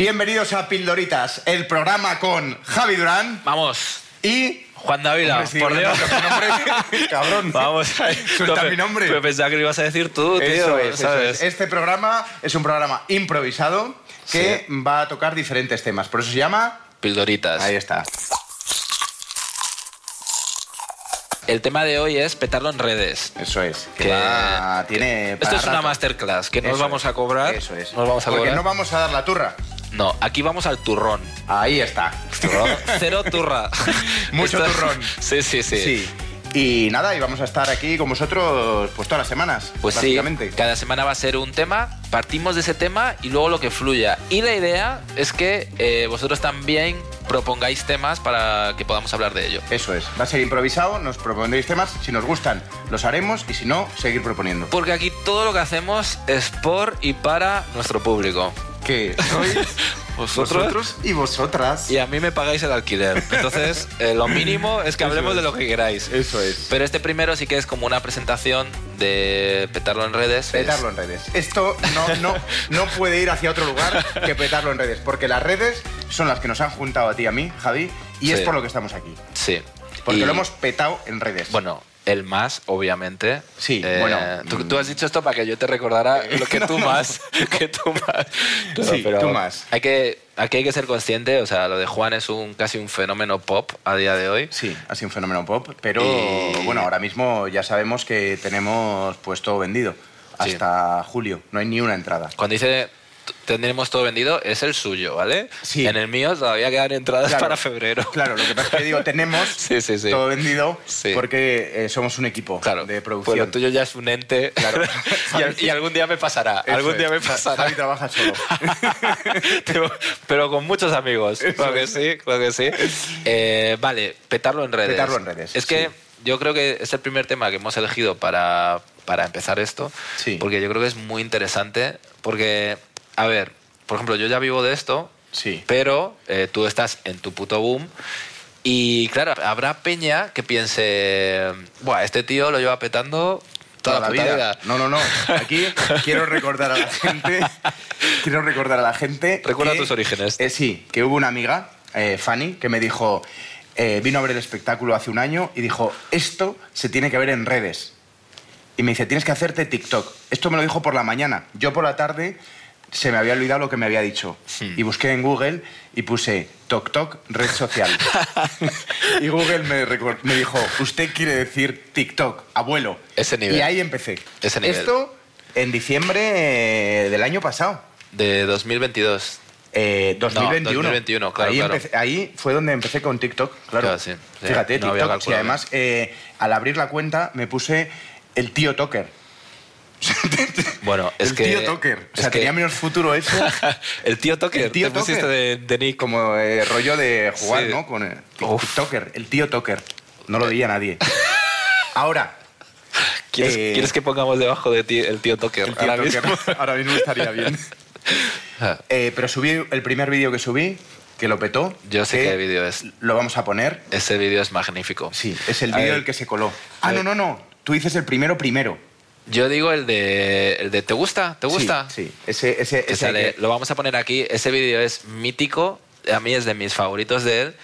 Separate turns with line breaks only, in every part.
Bienvenidos a Pildoritas, el programa con Javi Durán
Vamos,
y...
Juan Dávila,
Hombre, sí,
por Dios.
mi nombre, cabrón.
Vamos, a
Suelta mi nombre.
Yo pensaba que lo ibas a decir tú, tío,
Eso es, eso
¿sabes?
es. Este programa es un programa improvisado que va a tocar diferentes temas. Por eso se llama...
Pildoritas.
Ahí está.
El tema de hoy es petarlo en redes.
Eso es. Que
Que-
va- tiene
Esto
para
es una
rato.
masterclass que nos
Eso
vamos
es,
a cobrar.
Eso es.
Nos vamos a
Porque
cobrar.
no vamos a dar la turra.
No, aquí vamos al turrón.
Ahí está.
Turrón, Cero turra.
Mucho
Esto-
turrón.
Sí, sí, sí.
Sí. Y nada, y vamos a estar aquí con vosotros pues todas las semanas,
Pues sí,
básicamente.
cada semana va a ser un tema, partimos de ese tema y luego lo que fluya. Y la idea es que eh, vosotros también propongáis temas para que podamos hablar de ello.
Eso es. Va a ser improvisado, nos propondréis temas, si nos gustan los haremos y si no, seguir proponiendo.
Porque aquí todo lo que hacemos es por y para nuestro público.
Que sois
Vosotros,
vosotros y vosotras.
y a mí me pagáis el alquiler. Entonces, eh, lo mínimo es que
Eso
hablemos
es.
de lo que queráis.
Eso es.
Pero este primero sí que es como una presentación de petarlo en redes.
Petarlo en redes. Esto no, no, no puede ir hacia otro lugar que petarlo en redes, porque las redes son las que nos han juntado a ti y a mí, Javi, y es
Sí.
por lo que estamos aquí.
Sí.
Porque
Y,
lo hemos petado en redes.
Bueno, el más, obviamente. Eh,
Sí, bueno,
Tú,
mm.
tú has dicho esto para que yo te recordara lo que tú más. que tú más.
Sí, tú más.
Hay que, aquí hay que ser consciente, o sea, lo de Juan es un casi un fenómeno pop a día de hoy.
Sí, ha sido un fenómeno pop, pero
Y-
bueno, ahora mismo ya sabemos que tenemos pues todo vendido
Sí.
hasta julio, no hay ni una entrada.
Cuando dice t- tendremos todo vendido, es el suyo, ¿vale?
Sí.
En el mío todavía quedan entradas
Claro,
para febrero.
Claro, lo que pasa es que digo, tenemos
Sí, sí, sí.
todo vendido
Sí.
porque eh, somos un equipo
Claro.
de
Pues
producción.
lo tuyo ya es un ente.
Claro.
y, al- y algún día me pasará.
Eso
algún día
es.
me
Ja-
pasará.
Javi trabaja solo.
pero, pero con muchos amigos. Creo que sí, creo que sí. Eh, vale, petarlo en redes.
Petarlo en redes,
Es que
sí.
yo creo que es el primer tema que hemos elegido para, para empezar esto.
Sí.
Porque yo creo que es muy interesante. Porque, a ver, por ejemplo, yo ya vivo de esto.
Sí.
Pero eh, tú estás en tu puto boom. Y claro, habrá peña que piense, Buah, este tío lo lleva petando toda, la, puta vida.
No, no, no. Aquí quiero recordar a la gente. Quiero recordar a la gente.
Recuerda tus orígenes.
eh, sí, que hubo una amiga, eh, Fanny, que me dijo. eh, vino a ver el espectáculo hace un año y dijo: Esto se tiene que ver en redes. Y me dice: Tienes que hacerte TikTok. Esto me lo dijo por la mañana. Yo por la tarde se me había olvidado lo que me había dicho.
Hmm.
Y busqué en Google y puse TokTok red social. y Google me, recor- me dijo: Usted quiere decir TikTok, abuelo.
Ese nivel.
Y ahí empecé.
Ese nivel.
Esto en diciembre eh, del año pasado.
De 2022.
Eh, 2021.
2021, claro,
ahí,
claro.
empecé- ahí fue donde empecé con TikTok, claro.
Claro, sí, sí,
Fíjate,
no había
TikTok. Sí,
calculado
además, eh, al abrir la cuenta me puse el tío Toker.
Bueno, es
el
que...
tío Toker. O sea,
es que-
tenía menos futuro eso.
el tío Toker.
El tío
te pusiste
Toker.
de, de Nick.
Como eh, rollo de jugar,
Sí.
¿no? Con el
Uf.
TikToker, el tío Toker. No lo veía nadie. Ahora,
¿Quieres,
Eh,
quieres que pongamos debajo de ti el tío Toker?
el tío
ahora
Toker.
mismo?
Ahora mismo estaría bien.
Ah,
Eh, pero subí el primer vídeo que subí, que lo petó.
Yo sé qué vídeo es.
Lo vamos a poner.
Ese vídeo es magnífico.
Eh. Sí, es el
A
vídeo
ver.
del que se coló. Ah, no,
ver.
no, no. Tú dices el primero primero.
Yo digo el de, el de ¿te gusta? ¿Te gusta?
Sí, sí. Ese, ese,
Que
ese
sale-
que-
lo vamos a poner aquí. Ese vídeo es mítico. A mí es de mis favoritos de él.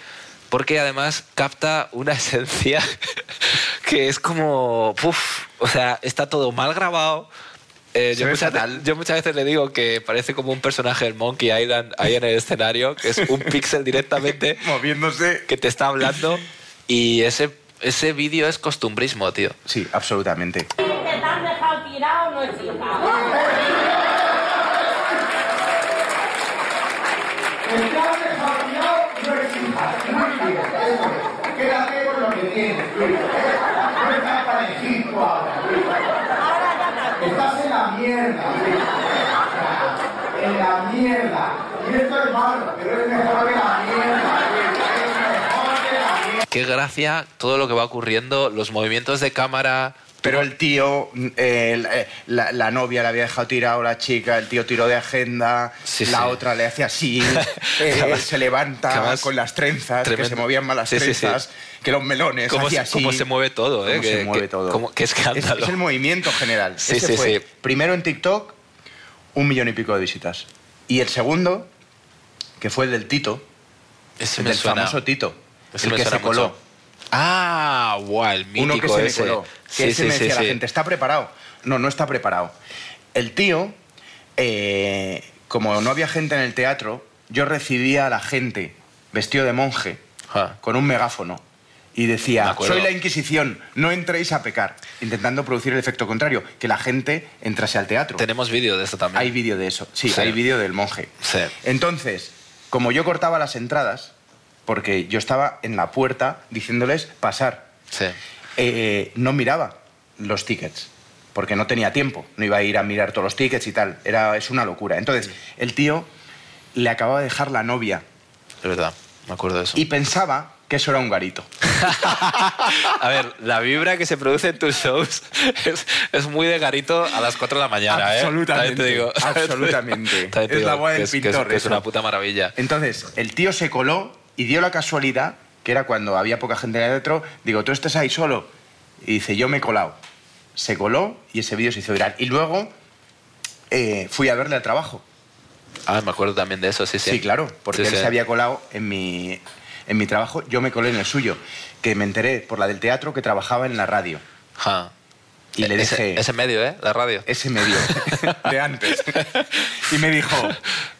Porque además capta una esencia que es como. puf, o sea, está todo mal grabado. Eh,
Se
yo,
ve
muchas,
fatal.
yo muchas veces le digo que parece como un personaje del Monkey Island ahí en el escenario, que es un píxel directamente
moviéndose.
que te está hablando. Y ese, ese vídeo es costumbrismo, tío.
Sí, absolutamente.
que te han dejado tirado no es hija.
El que ha dejado tirado no es hija. Muy bien. Quédate con lo que tienes, Luis. No estás para el circo ahora, Luis. Estás en la mierda, Luis. En la mierda. Y esto es malo, pero es mejor que la mierda, Luis. Es mejor que la mierda.
Qué gracia todo lo que va ocurriendo, los movimientos de cámara.
Pero el tío, eh, la- eh, la, la novia la había dejado tirado, la chica, el tío tiró de agenda,
Sí,
la
sí.
otra le hace así, eh,
Además-
se levanta
además-
con las trenzas, que
tremendo.
se movían malas
Sí, sí, sí.
trenzas, que los melones,
cómo,
hacía
se,
así.
cómo se mueve todo, ¿eh?
Cómo se mueve todo.
cómo- qué
Es,
escándalo.
es el movimiento general.
Sí,
Ese
sí,
fue
sí.
Primero en TikTok, un millón y pico de visitas. Y el segundo, que fue el del Tito,
Ese
el
me
del
suena.
famoso Tito,
Ese
el
me
que
suena
se coló.
mucho. Ah, wow, el mítico
Uno que se
ese.
me coló. Que
Sí,
ese
sí,
me
sí,
decía la
sí.
gente, ¿está preparado? No, no está preparado. El tío, eh, como no había gente en el teatro, yo recibía a la gente vestido de monje
Ajá.
con un megáfono y
Me
decía,
acuerdo.
soy la Inquisición, no entréis a pecar, intentando producir el efecto contrario, que la gente entrase al teatro.
Tenemos vídeo de esto también.
Hay vídeo de eso, sí,
Sí.
hay vídeo del monje.
Sí.
Entonces, como yo cortaba las entradas, porque yo estaba en la puerta diciéndoles pasar,
Sí.
eh, no miraba los tickets porque no tenía tiempo, no iba a ir a mirar todos los tickets y tal, era es una locura. Entonces, el tío le acababa de dejar la novia
Es verdad, me acuerdo de eso.
y pensaba que eso era un garito.
A ver, la vibra que se produce en tus shows es, es muy de garito a las 4 de la mañana, ¿eh? También
Absolutamente,
te digo.
absolutamente.
También te
Es
digo
la guay
que
del
que
pintor,
que es una
eso.
puta maravilla.
Entonces, el tío se coló y dio la casualidad, que era cuando había poca gente dentro, digo, tú estás ahí solo. Y dice, yo me he colado. Se coló y ese vídeo se hizo viral. Y luego eh, fui a verle al trabajo.
Ah, me acuerdo también de eso, sí, sí.
Sí, claro, porque
Sí,
él
sí.
se había colado en mi, en mi trabajo, yo me colé en el suyo, que me enteré por la del teatro que trabajaba en la radio.
Ja.
Y le
E-, Ese-
dije,
Ese medio, ¿eh? La radio.
ese medio de antes. Y me dijo,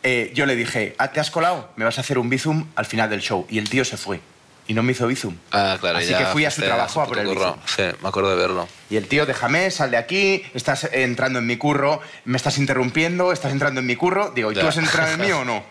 eh, yo le dije, "Ah, ¿te has colado? Me vas a hacer un bizum al final del show. Y el tío se fue. Y no me hizo bizum.
Ah, claro,
Así
ya
que fui a su
fuiste
trabajo a
tu
por el
curro.
bizum.
Sí, me acuerdo de verlo.
Y el tío, déjame, sal de aquí, estás entrando en mi curro, me estás interrumpiendo, estás entrando en mi curro. Digo, ¿y tú
Ya.
has entrado en el mío o no?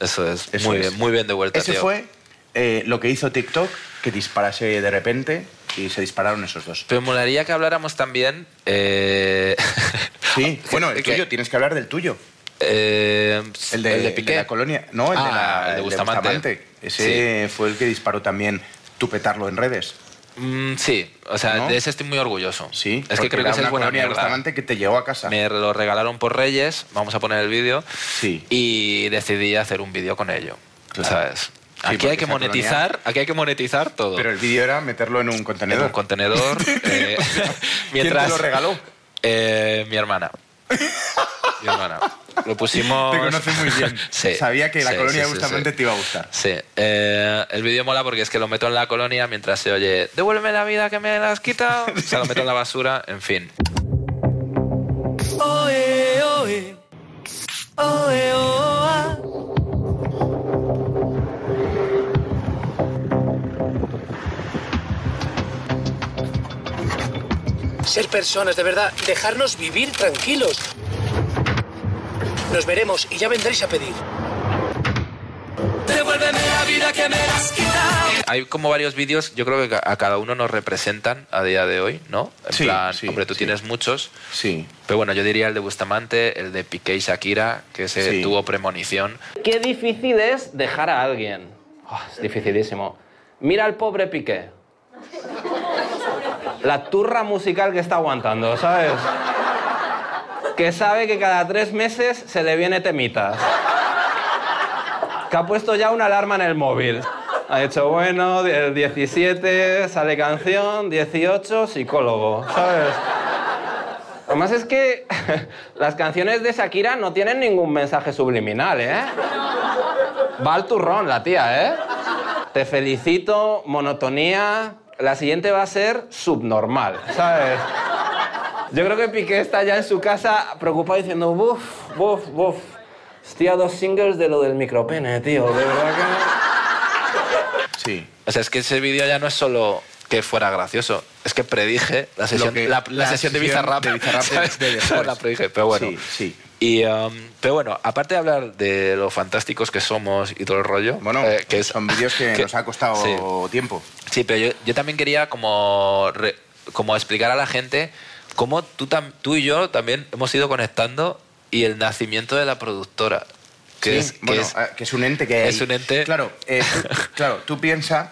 Eso es.
Eso
muy
es.
bien, muy bien de vuelta,
Ese
tío.
fue eh, lo que hizo TikTok, que disparase de repente y se dispararon esos dos.
Pero molaría que habláramos también... eh,
Sí, bueno, el
que-
tuyo, tienes que hablar del tuyo.
eh,
El de,
Piqué.
de la colonia. No, el de
Ah,
la
el de
el de
Bustamante.
Ese fue el que disparó también tu petarlo en redes.
Mm, sí, o sea,
¿No?
de ese estoy muy orgulloso.
Sí,
es
porque
que creo que
era
ese
una
es buena
colonia de
mierda.
Bustamante que te llevó a casa.
Me lo regalaron por Reyes, vamos a poner el vídeo,
Sí.
y decidí hacer un vídeo con ello.
Claro.
¿Sabes?
Sí,
aquí
porque
hay que
esa
monetizar, aquí hay que monetizar todo.
Pero el vídeo era meterlo en un
en
contenedor.
un contenedor. eh,
¿Quién
mientras,
te lo regaló?
Eh, mi hermana. mi hermana. Lo pusimos.
Te conoce muy bien.
Sí,
Sabía que la
sí,
colonia
sí,
de
sí,
Bustamante
sí.
te iba a gustar.
Sí, eh, el vídeo mola porque es que lo meto en la colonia mientras se oye, devuélveme la vida que me la has quitado. Se lo meto en la basura, en fin.
Oe, oe. Oe, oa.
Ser personas, de verdad, dejarnos vivir tranquilos. Nos veremos y ya vendréis a pedir.
Devuélveme la vida que me la has quitado.
Hay como varios vídeos, yo creo que ca- a cada uno nos representan a día de hoy, ¿no? En
Sí,
plan,
sí,
hombre, tú
sí.
tienes muchos.
Sí.
Pero bueno, yo diría el de Bustamante, el de Piqué y Shakira, que se
Sí.
tuvo premonición.
Qué difícil es dejar a alguien. Oh, es dificilísimo. Mira al pobre Piqué. La turra musical que está aguantando, ¿sabes? Que sabe que cada tres meses se le viene temitas. Que ha puesto ya una alarma en el móvil. Ha hecho, bueno, el 17 sale canción, 18 psicólogo, ¿sabes? Lo más es que las canciones de Shakira no tienen ningún mensaje subliminal, ¿eh? Va al turrón la tía, ¿eh? Te felicito, monotonía. La siguiente va a ser subnormal, ¿sabes? Yo creo que Piqué está ya en su casa preocupado diciendo, buf, buf, buf. Estoy a dos singles de lo del micropene, tío. De verdad que...
Sí.
O sea, es que ese vídeo ya no es solo que fuera gracioso, es que predije la sesión,
que-
la, la
la
sesión de
sesión
Bizarrap.
de Bizarrap de-
¿sabes?
de después.
la predije, pero bueno.
Sí, sí.
Y, um, pero bueno, aparte de hablar de lo fantásticos que somos y todo el rollo,
Bueno,
eh, que es-
son vídeos que, nos ha costado
Sí.
tiempo.
Sí, pero yo, yo también quería como, re- como explicar a la gente cómo tú, tam- tú y yo también hemos ido conectando y el nacimiento de la productora. Que
Sí,
es, que
bueno,
es-
ah, que es un ente que
es un ente-
Claro, eh, tú, claro, tú piensas,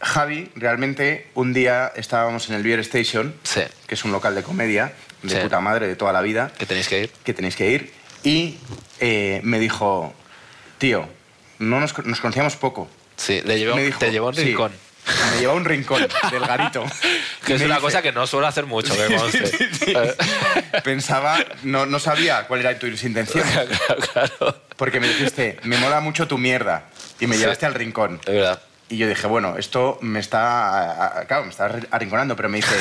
Javi, realmente un día estábamos en el Beer Station,
Sí.
que es un local de comedia de
Sí.
puta madre de toda la vida,
que tenéis que ir.
que tenéis que ir, y eh, me dijo, tío, no nos, nos conocíamos poco.
Sí, le llevé
Me
un-
dijo,
te llevó a un
sí,
rincón.
Me llevó a un rincón del garito.
Que
Y
es
me
una
dice-
cosa que no suelo hacer mucho, que conste.
Pensaba, no, no sabía cuál era tu intención.
Claro, claro.
Porque me dijiste, me mola mucho tu mierda. Y me
Sí.
llevaste al rincón.
Es verdad.
Y yo dije, bueno, esto me está. a- a- Claro, me está arri- arrinconando, pero me dice,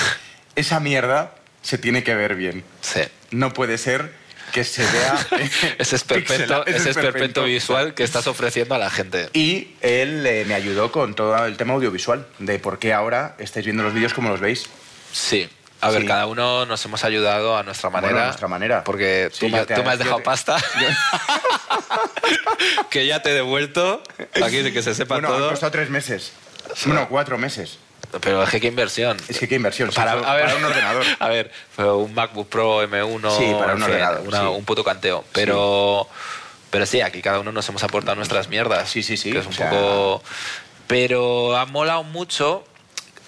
esa mierda se tiene que ver bien.
Sí.
No puede ser que se vea.
Ese es
pixela-
perfecto,
ese
ese
es
es
perfecto.
perfecto visual que estás ofreciendo a la gente.
Y él eh, me ayudó con todo el tema audiovisual, de por qué ahora estáis viendo los vídeos como los veis.
Sí. A ver,
Sí.
cada uno nos hemos ayudado a nuestra
Bueno, a
manera.
nuestra manera.
Porque
Sí,
tú,
yo
me,
te-
tú me has
yo
dejado
te-
pasta. que ya te he devuelto. Aquí de que se sepa
bueno,
todo.
han costado tres meses. Bueno, cuatro meses.
Pero es que qué inversión.
Es que qué inversión. sí,
Para,
fue-
a ver,
para un ordenador.
A ver, pero un MacBook Pro M1.
Sí, para un
en fin,
ordenador,
una-
sí.
Un puto canteo. Pero sí. pero sí, aquí cada uno nos hemos aportado nuestras mierdas.
Sí, sí, sí,
Que es un
o sea-
poco. Pero ha molado mucho.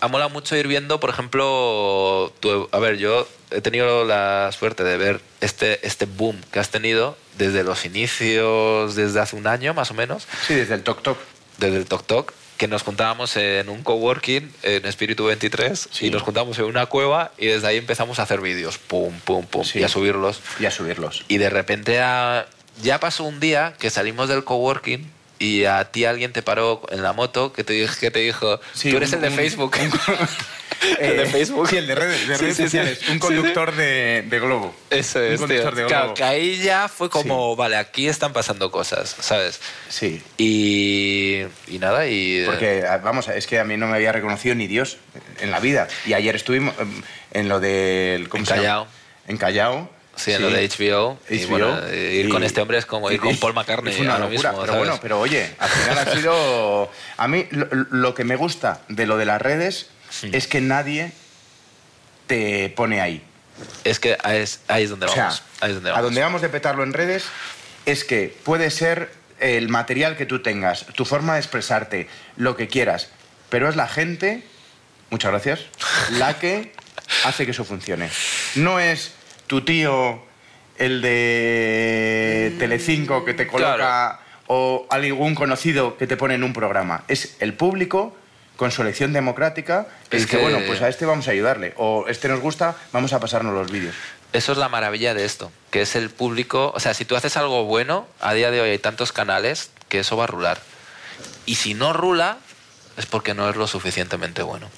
Ha molado mucho ir viendo, por ejemplo, tu- a ver, yo he tenido la suerte de ver este, este boom que has tenido desde los inicios, desde hace un año más o menos,
Sí, desde el Tok Tok.
desde el Tok Tok, que nos juntábamos en un coworking en Espíritu 23
Sí.
y nos juntábamos en una cueva y desde ahí empezamos a hacer vídeos, pum, pum, pum,
Sí.
y a subirlos.
Y a subirlos.
Y de repente a- ya pasó un día que salimos del coworking y a ti alguien te paró en la moto que te, dij- que te dijo,
Sí,
tú eres
un-
el de
un-
Facebook.
Eh,
el de Facebook.
Sí, el de redes, de
Sí,
redes
sí, sí.
sociales.
Sí, sí.
Un conductor De, de Globo.
Eso
Un
es, tío.
conductor de Globo.
Claro, que ahí ya fue como, vale, aquí están pasando cosas, ¿sabes?
Sí.
Y, y nada, y...
Porque, a- vamos, es que a mí no me había reconocido ni Dios en la vida. Y ayer estuvimos em, en lo del... ¿cómo
En
se llama?
Callao.
En Callao.
Sí, en lo de HBO. Y
HBO,
bueno, ir
y-
con este hombre es como ir
y-
con Paul McCartney
Es una
ahora
locura,
mismo,
pero
¿sabes?
bueno, pero oye, al final ha sido... A mí lo, lo que me gusta de lo de las redes es que nadie te pone ahí.
Es que ahí es, ahí es donde
O
vamos.
sea,
ahí es donde
a
vamos.
donde vamos de petarlo en redes es que puede ser el material que tú tengas, tu forma de expresarte, lo que quieras, pero es la gente, muchas gracias, la que hace que eso funcione. No es tu tío, el de Telecinco que te coloca
claro.
o algún conocido que te pone en un programa, es el público con su elección democrática,
Es
es que
que-
bueno, pues a este vamos a ayudarle o este nos gusta, vamos a pasarnos los vídeos.
Eso es la maravilla de esto, que es el público. O sea, si tú haces algo bueno, a día de hoy hay tantos canales que eso va a rular. Y si no rula, es porque no es lo suficientemente bueno.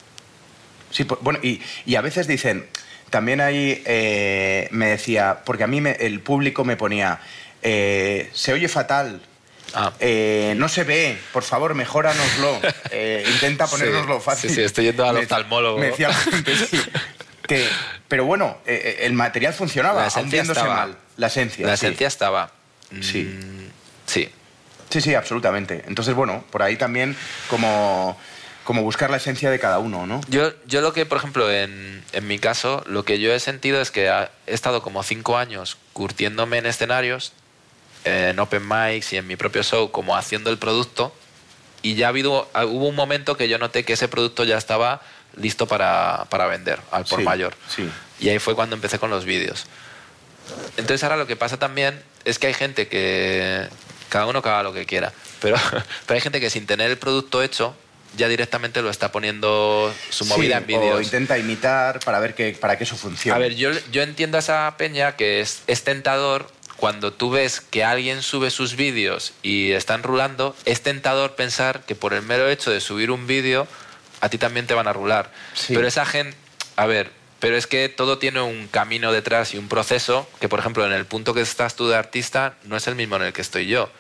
Sí, po- bueno, y, y a veces dicen, también ahí eh, me decía, porque a mí me- el público me ponía, eh, se oye fatal,
Ah.
eh, no se ve, por favor, mejóranoslo, eh, intenta
Sí,
ponérnoslo fácil.
sí, sí, estoy yendo al
Me-
oftalmólogo.
Me decía la gente, sí, que- pero bueno, eh, eh, el material funcionaba,
La
aun
esencia
viéndose
estaba.
mal. La esencia.
La
sí.
esencia estaba.
Sí.
Mm, sí.
Sí, sí, absolutamente. Entonces, bueno, por ahí también como, como buscar la esencia de cada uno, ¿no?
Yo, yo lo que, por ejemplo, en, en mi caso, lo que yo he sentido es que ha- he estado como cinco años curtiéndome en escenarios, eh, en open mics y en mi propio show, como haciendo el producto, y ya ha habido, ah, hubo un momento que yo noté que ese producto ya estaba listo para, para vender al por
Sí,
mayor.
Sí.
Y ahí fue cuando empecé con los vídeos. Entonces ahora lo que pasa también es que hay gente que... Cada uno que haga lo que quiera. Pero, pero hay gente que sin tener el producto hecho ya directamente lo está poniendo su movida
Sí,
en vídeos.
O intenta imitar para ver que, para que eso funcione.
A ver, yo, yo entiendo a esa peña que es, es tentador cuando tú ves que alguien sube sus vídeos y están rulando, es tentador pensar que por el mero hecho de subir un vídeo, a ti también te van a rular.
Sí.
Pero esa gente, a ver, pero es que todo tiene un camino detrás y un proceso que, por ejemplo, en el punto que estás tú de artista, no es el mismo en el que estoy yo.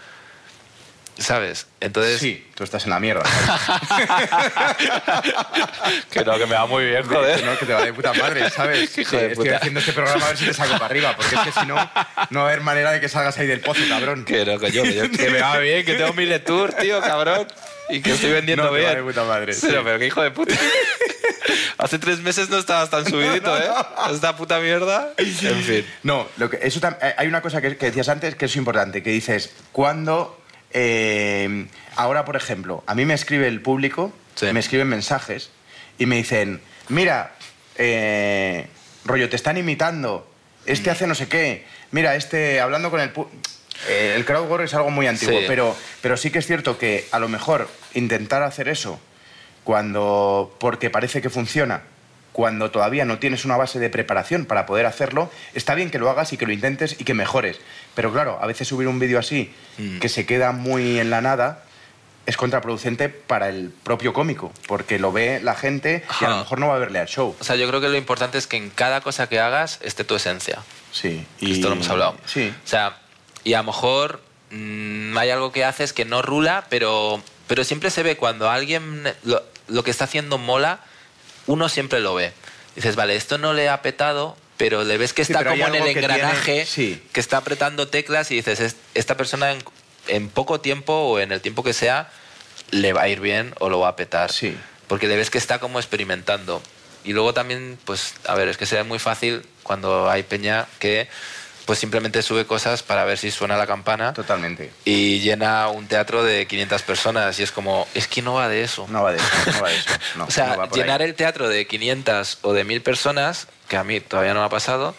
¿Sabes? Entonces...
Sí, tú estás en la mierda.
Que no, que me va muy bien,
Que No, que te va de puta madre, ¿sabes?
Qué hijo
Que
de
estoy
puta.
haciendo este programa a ver si te saco para arriba, porque es que si no, no va a haber manera de que salgas ahí del pozo, cabrón.
Que no, coño, que, yo- que me va bien, que tengo mi tour, tío, cabrón. Y que estoy vendiendo
No, te
bien.
va de puta madre, sí.
Pero, pero qué hijo de puta. Hace tres meses no estabas tan subidito, ¿eh? Esta puta mierda. En fin.
No, lo que, eso tam- eh, hay una cosa que, que decías antes que es importante, que dices, cuando... eh, ahora, por ejemplo, a mí me escribe el público,
Sí.
me escriben mensajes y me dicen, mira, eh, rollo, te están imitando, este hace no sé qué, mira, este hablando con el... pu-". Eh, el crowdwork es algo muy antiguo,
Sí.
pero, pero sí que es cierto que a lo mejor intentar hacer eso cuando porque parece que funciona cuando todavía no tienes una base de preparación para poder hacerlo, está bien que lo hagas y que lo intentes y que mejores. Pero claro, a veces subir un vídeo así,
Mm.
que se queda muy en la nada, es contraproducente para el propio cómico, porque lo ve la gente y a lo
Ajá.
mejor no va a verle al show.
O sea, yo creo que lo importante es que en cada cosa que hagas esté tu esencia.
Sí.
Que Esto lo hemos hablado.
Sí.
O sea, y a lo mejor mm, hay algo que haces que no rula, pero, pero siempre se ve cuando alguien lo, lo que está haciendo mola, uno siempre lo ve. Dices, vale, esto no le ha petado, pero le ves que
Sí,
está
pero hay
como en el
algo que tiene-
engranaje,
sí.
que está apretando teclas y dices, "Es- esta persona en, en poco tiempo o en el tiempo que sea, le va a ir bien o lo va a petar.
Sí.
Porque le ves que está como experimentando. Y luego también, pues, a ver, es que se ve muy fácil cuando hay peña que pues simplemente sube cosas para ver si suena la campana
Totalmente.
y llena un teatro de 500 personas y es como, es que no va de eso.
No va de eso, no va de eso. No,
o sea,
no va por ahí.
llenar el teatro de 500 o de 1000 personas, que a mí todavía no me ha pasado,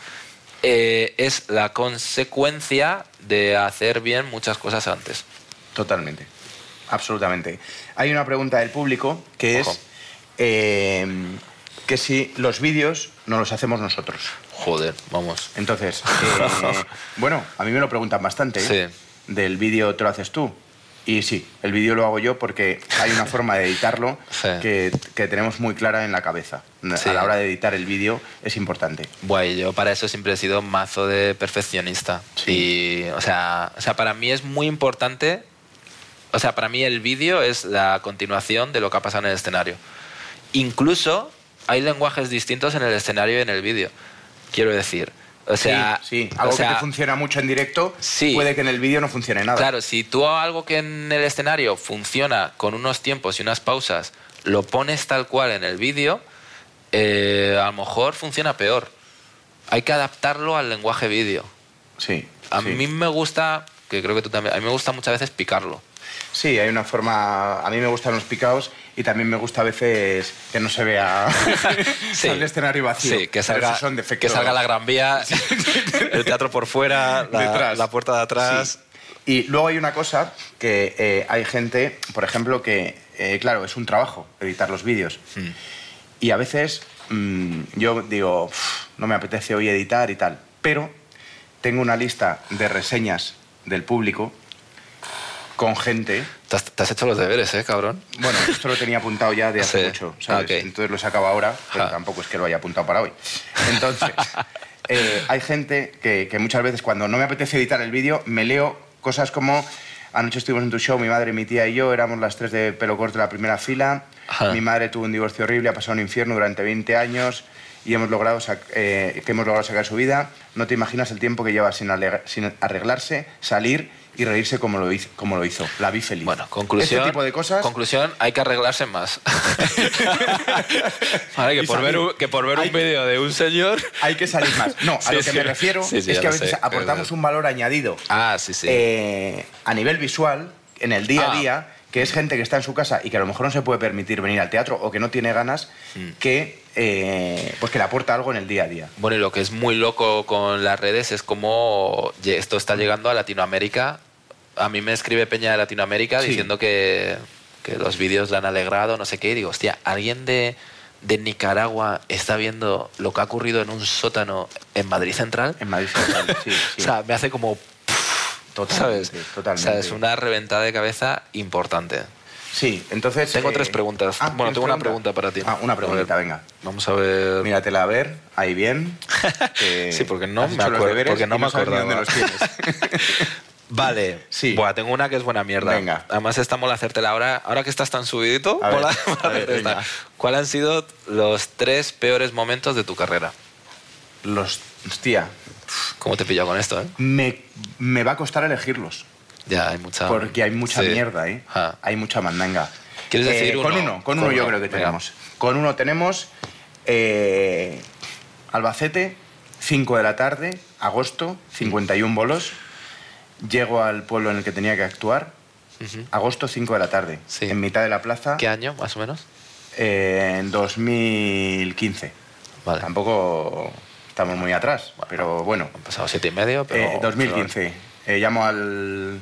eh, es la consecuencia de hacer bien muchas cosas antes.
Totalmente. Absolutamente. Hay una pregunta del público que
Ojo.
es eh, que si los vídeos no los hacemos nosotros.
Joder, vamos.
Entonces, eh, bueno, a mí me lo preguntan bastante. ¿eh? Del vídeo te lo haces tú. Y sí, el vídeo lo hago yo porque hay una forma de editarlo
Sí.
que, que tenemos muy clara en la cabeza.
Sí.
A la hora de editar el vídeo es importante.
Guay, yo para eso siempre he sido mazo de perfeccionista. Y, o sea, o sea, para mí es muy importante. O sea, para mí el vídeo es la continuación de lo que ha pasado en el escenario. Incluso hay lenguajes distintos en el escenario y en el vídeo. Quiero decir. O sea,
sí, sí.
o
algo
sea,
que te funciona mucho en directo
Sí.
puede que en el vídeo no funcione nada.
Claro, si tú algo que en el escenario funciona con unos tiempos y unas pausas, lo pones tal cual en el vídeo, eh, a lo mejor funciona peor. Hay que adaptarlo al lenguaje vídeo.
Sí.
A
sí.
mí me gusta, que creo que tú también, a mí me gusta muchas veces picarlo.
Sí, hay una forma. A mí me gustan los picaos y también me gusta a veces que no se vea
Sí.
el escenario vacío.
Sí, que
Pero
salga,
esos son
que
defectos.
salga la Gran Vía, el teatro por fuera, la,
Detrás.
la puerta de atrás.
Sí. Y luego hay una cosa que eh, hay gente, por ejemplo, que, eh, claro, es un trabajo editar los vídeos.
Mm.
Y a veces mm, yo digo, "Uf, no me apetece hoy editar y tal. Pero tengo una lista de reseñas del público con gente.
Te, has, te has hecho los deberes, ¿eh, cabrón?
Bueno, esto lo tenía apuntado ya de hace
Sí.
mucho, ¿sabes?
Ok.
Entonces lo sacaba ahora, pero
Ja.
tampoco es que lo haya apuntado para hoy. Entonces, eh, hay gente que, que muchas veces cuando no me apetece editar el vídeo, me leo cosas como... Anoche estuvimos en tu show, mi madre, mi tía y yo, éramos las tres de pelo corto de la primera fila.
Ja.
Mi madre tuvo un divorcio horrible, ha pasado un infierno durante 20 años y hemos logrado sac- eh, que hemos logrado sacar su vida. No te imaginas el tiempo que lleva sin, ale- sin arreglarse, salir y reírse como lo hizo. Como lo hizo. La vi feliz.
Bueno, conclusión.
Este tipo de cosas.
Conclusión, hay que arreglarse más. Vale, que,
Y
por
salir.
ver un, que por ver
Hay
un
que-
vídeo de un señor.
Hay que salir más. No, a
Sí,
lo que
sí.
me refiero
Sí, sí,
es
ya
que a
lo
veces
sé.
aportamos un valor añadido
Ah, sí, sí.
eh, a nivel visual, en el día a
Ah.
día, que es gente que está en su casa y que a lo mejor no se puede permitir venir al teatro o que no tiene ganas,
Mm.
que, eh, pues que le aporta algo en el día a día.
Bueno, y lo que es muy loco con las redes es cómo lle- esto está llegando a Latinoamérica. A mí me escribe Peña de Latinoamérica
Sí.
diciendo que, que los vídeos le han alegrado, no sé qué. Y digo, hostia, ¿alguien de, de Nicaragua está viendo lo que ha ocurrido en un sótano en Madrid Central?
En Madrid Central, sí, sí.
O sea, me hace como... pff,
Totalmente,
¿sabes?
totalmente.
O sea, es una reventada de cabeza importante.
Sí, entonces...
Tengo tres preguntas.
ah,
bueno,
¿tienes
tengo una pregunta para ti.
Ah, una pregunta,
A ver,
venga.
Vamos a ver...
Míratela a ver, ahí bien. que
Sí, porque no
has
me
hecho los
acuer-
deberes
porque no
y
me
sabes ni dónde los tienes.
acordaba. Vale.
Sí.
Buah, tengo una que es buena mierda.
Venga.
Además está mola hacértela ahora. Ahora que estás tan subidito,
A ver,
mola-
a
mola
ver,
hacerte esta.
venga.
¿Cuál han sido los tres peores momentos de tu carrera?
Los... Hostia,
¿Cómo te he pillado con esto, eh?
me, me va a costar elegirlos.
Ya, hay mucha...
Porque hay mucha
Ah, sí.
mierda, ¿eh?
Ah.
Hay mucha mandanga. Eh,
¿Quieres decir
Con
uno?
uno, con uno
Con
yo
uno,
creo que
venga.
tenemos. Con uno tenemos eh, Albacete, 5 de la tarde, agosto, 51 bolos. Llego al pueblo en el que tenía que actuar, agosto, 5 de la tarde,
Sí.
en mitad de la plaza,
¿Qué año, más o menos?
eh, en 2015.
Vale. Han
Tampoco estamos muy atrás, pero bueno.
pasado siete y medio, pero...
Eh, 2015. Eh, llamo al,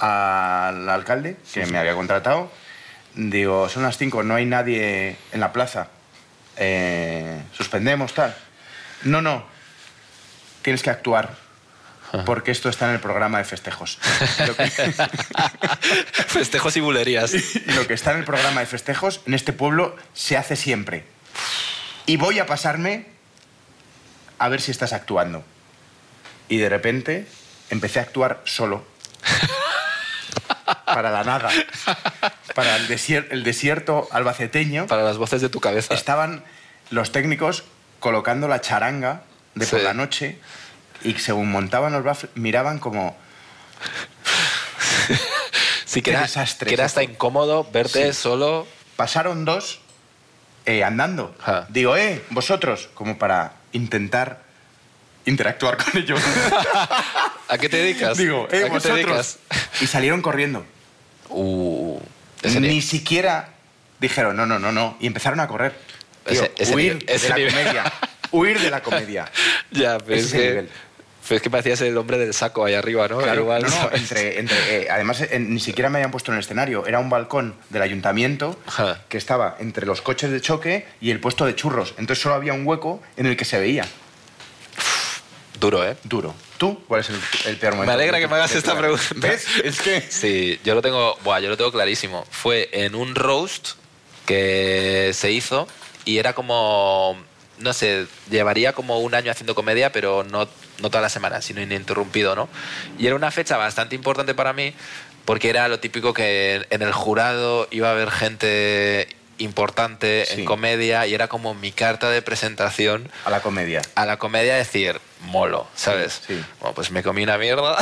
al alcalde que me había contratado. Digo, son las 5, no hay nadie en la plaza. eh, suspendemos, tal. No, no, tienes que actuar, porque esto está en el programa de festejos. Lo que-
Festejos y bulerías.
y lo que está en el programa de festejos en este pueblo se hace siempre. Y voy a pasarme a ver si estás actuando. Y de repente empecé a actuar solo. Para la nada. Para el, desier- el desierto albaceteño.
Para las voces de tu cabeza.
Estaban los técnicos colocando la charanga de por
Sí.
la noche y según montaban los baffles miraban como...
Sí,
qué
que era,
desastre,
que era
sí.
hasta incómodo verte
Sí.
solo.
Pasaron dos eh, andando.
Ajá.
Digo, eh, vosotros, como para intentar interactuar con ellos.
¿A qué te dedicas?
Digo,
¿A
eh,
qué te
vosotros.
dedicas?
Y salieron corriendo.
Uh, ese
Ni
nivel.
siquiera dijeron, no, no, no, no. Y empezaron a correr. Tío,
Ese- ese
huir
nivel, ese
de la
nivel.
comedia. Huir de la comedia.
Ya, pero
ese
es
es el
que,
nivel.
pero es que parecías el hombre del saco ahí arriba, ¿no?
Claro,
Igual,
no, no,
¿sabes?
entre, entre, eh, además, eh, ni siquiera me habían puesto en el escenario. Era un balcón del ayuntamiento
Ajá.
que estaba entre los coches de choque y el puesto de churros. Entonces solo había un hueco en el que se veía.
Duro, ¿eh?
Duro. ¿Tú cuál es el, el peor
Me
momento?
alegra
de-
que me hagas
de-
esta
de-
pregunta.
¿Ves? Es que...
Sí, yo lo tengo. Buah, yo lo tengo clarísimo. Fue en un roast que se hizo y era como. No sé, llevaría como un año haciendo comedia, pero no, no toda la semana, sino ininterrumpido, ¿no? Y era una fecha bastante importante para mí porque era lo típico que en el jurado iba a haber gente importante
Sí.
en comedia y era como mi carta de presentación
A la comedia.
a la comedia decir molo, ¿sabes?
Sí, sí.
Bueno, pues me comí una mierda,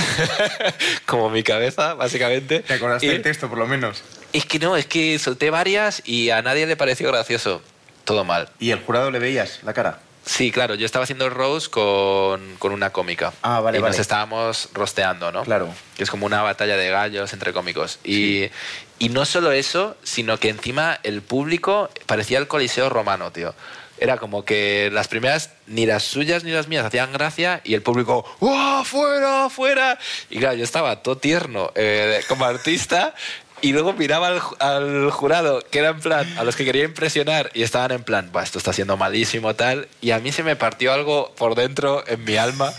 como mi cabeza, básicamente.
¿Te acordaste
Y-
del texto, por lo menos?
Es que no, es que solté varias y a nadie le pareció gracioso. Todo mal.
¿Y el jurado le veías la cara?
Sí, claro, yo estaba haciendo el roast con, con una cómica.
Ah, vale,
Y nos
vale.
estábamos rosteando, ¿no?
Claro.
Que es como una batalla de gallos entre cómicos. Y, y no solo eso, sino que encima el público parecía el Coliseo romano, tío. Era como que las primeras, ni las suyas ni las mías, hacían gracia y el público, ¡oh, fuera, fuera! Y claro, yo estaba todo tierno eh, como artista y luego miraba al, ju- al jurado, que era en plan, a los que quería impresionar, y estaban en plan, "Buah, esto está siendo malísimo, tal. Y a mí se me partió algo por dentro en mi alma,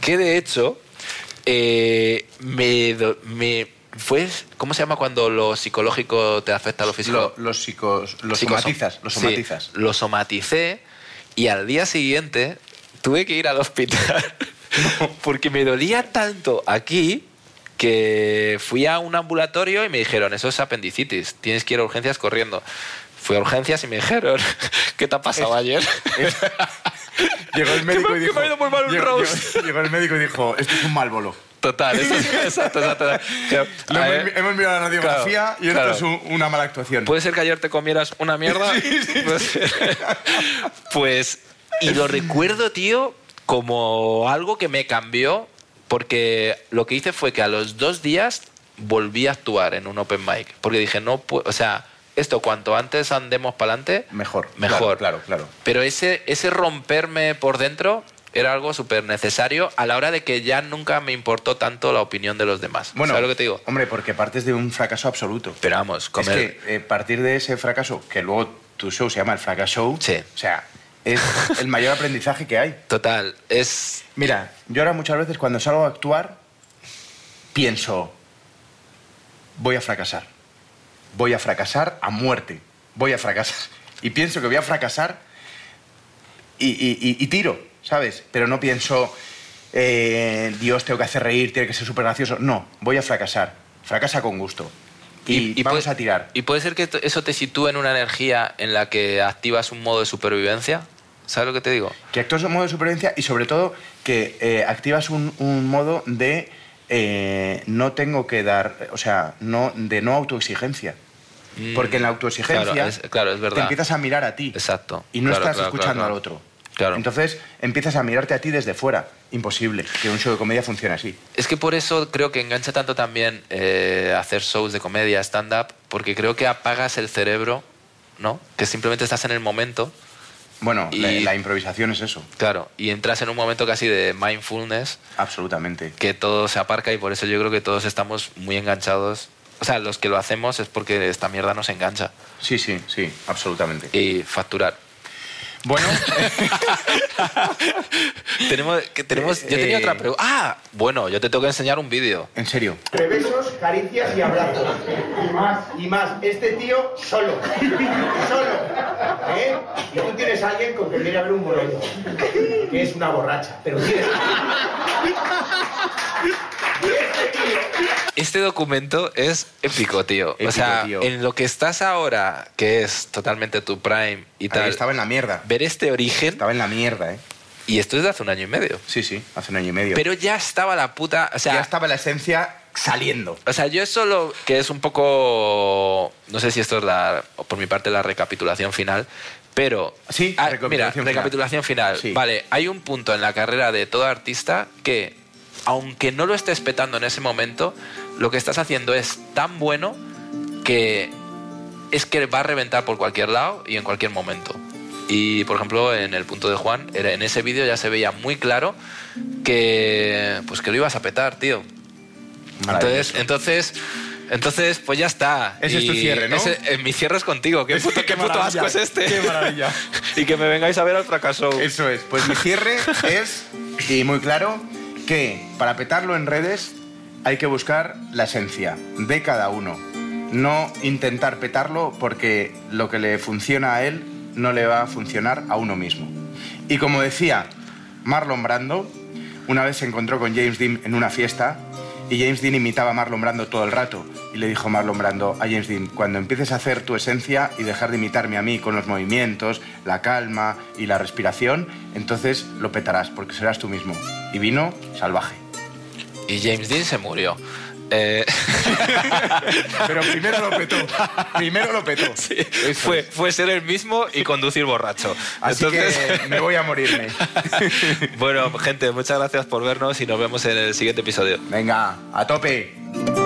que de hecho, eh, me, do- me- fue, ¿cómo se llama cuando lo psicológico te afecta a lo físico?
Lo- los psicos, los
Psicosom-
somatizas, los
Sí,
somatizas.
lo somaticé y al día siguiente tuve que ir al hospital porque me dolía tanto aquí que fui a un ambulatorio y me dijeron, eso es apendicitis, tienes que ir a urgencias corriendo. Fui a urgencias y me dijeron, ¿qué te ha pasado ayer?
Llegó el médico
Que me-
y
que
dijo...
me ha ido muy mal un
llegó,
roast.
llegó- llegó el médico y dijo, esto es un mal bolo.
Total, eso es- exacto, exacto.
Lo
A
hemos,
ver,
hemos mirado la radiografía
Claro,
y esto
claro. Pues,
es un- una mala actuación.
Puede ser que ayer te comieras una mierda. pues, pues- Y lo recuerdo, tío, como algo que me cambió, porque lo que hice fue que a los dos días volví a actuar en un open mic. Porque dije, no puedo. O sea, esto cuanto antes andemos para adelante.
Mejor,
Mejor.
claro, claro, claro.
Pero ese, ese romperme por dentro era algo súper necesario a la hora de que ya nunca me importó tanto la opinión de los demás.
Bueno,
¿Sabes lo que te digo?
hombre, porque partes de un fracaso absoluto.
Pero vamos, comer.
Es que eh, partir de ese fracaso, que luego tu show se llama el fracaso,
Sí.
o sea, es el mayor aprendizaje que hay.
Total, es
Mira, yo ahora muchas veces cuando salgo a actuar, pienso, voy a fracasar, voy a fracasar a muerte, voy a fracasar. Y pienso que voy a fracasar y, y- y- y tiro, ¿sabes? Pero no pienso, eh, Dios, tengo que hacer reír, tiene que ser súper gracioso. No, voy a fracasar, fracasa con gusto. Y, vamos
puede-
a tirar.
¿Y puede ser que t- eso te sitúe en una energía en la que activas un modo de supervivencia? ¿Sabes lo que te digo?
Que actúas un modo de supervivencia y sobre todo que eh, activas un, un modo de eh, no tengo que dar, o sea, no, de no autoexigencia. Porque en la autoexigencia
Mm, claro, es- claro, es verdad.
te empiezas a mirar a ti.
Exacto.
Y no
Claro,
estás
claro,
escuchando
claro,
al
claro.
otro.
Claro.
Entonces empiezas a mirarte a ti desde fuera. Imposible que un show de comedia funcione así.
Es que por eso creo que engancha tanto también eh, hacer shows de comedia, stand-up, porque creo que apagas el cerebro, ¿no? Que simplemente estás en el momento,
Bueno,
Y-
la, la improvisación es eso,
claro, y entras en un momento casi de mindfulness,
absolutamente.
que todo se aparca y por eso yo creo que todos estamos muy enganchados. O sea, los que lo hacemos es porque esta mierda nos engancha.
Sí, sí, sí, absolutamente.
Y facturar.
Bueno,
tenemos, que tenemos, yo tenía
Eh,
otra pregunta. Ah, bueno, yo te tengo que enseñar un vídeo.
en serio.
Entre besos, caricias y abrazos. Y más. Y más. Este tío solo. solo. ¿Eh? Y tú tienes a alguien con quien ir a ver un bolollo. Que es una borracha. Pero tienes.
Este documento es épico, tío.
Épico,
o sea,
tío.
en lo que estás ahora, que es totalmente tu prime y
Ahí
tal,
estaba en la mierda.
ver este origen,
Estaba en la mierda, ¿eh?
y esto es de hace un año y medio.
Sí, sí, hace un año y medio.
Pero ya estaba la puta. O sea,
ya estaba la esencia saliendo.
O sea, yo eso lo que es un poco. No sé si esto es la, o por mi parte la recapitulación final, pero.
Sí,
Ah,
recapitulación
mira,
final.
recapitulación final.
Sí.
Vale, hay un punto en la carrera de todo artista que, aunque no lo estés petando en ese momento, lo que estás haciendo es tan bueno que es que va a reventar por cualquier lado y en cualquier momento. Y por ejemplo, en el punto de Juan, era- en ese vídeo ya se veía muy claro que pues que lo ibas a petar, tío. Entonces,
Maravilloso.
entonces, entonces, pues ya está.
Ese es tu cierre, ¿no?
ese- eh, mi cierre es contigo. ¿Qué puto, qué puto
maravilla,
asco es este?
Qué maravilla.
y que me vengáis a ver al fracaso.
Eso es. Pues mi cierre es, y muy claro, que para petarlo en redes hay que buscar la esencia de cada uno. No intentar petarlo porque lo que le funciona a él no le va a funcionar a uno mismo. Y como decía Marlon Brando, una vez se encontró con James Dean en una fiesta y James Dean imitaba a Marlon Brando todo el rato. Y le dijo Marlon Brando a James Dean, cuando empieces a hacer tu esencia y dejar de imitarme a mí con los movimientos, la calma y la respiración, entonces lo petarás porque serás tú mismo. Y vino salvaje.
Y James Dean se murió. Eh,
Pero primero lo petó. Primero lo petó. Eso
fue,
es.
fue ser el mismo y conducir borracho.
Así
Entonces-
que me voy a morirme.
bueno, gente, muchas gracias por vernos y nos vemos en el siguiente episodio.
Venga, a tope.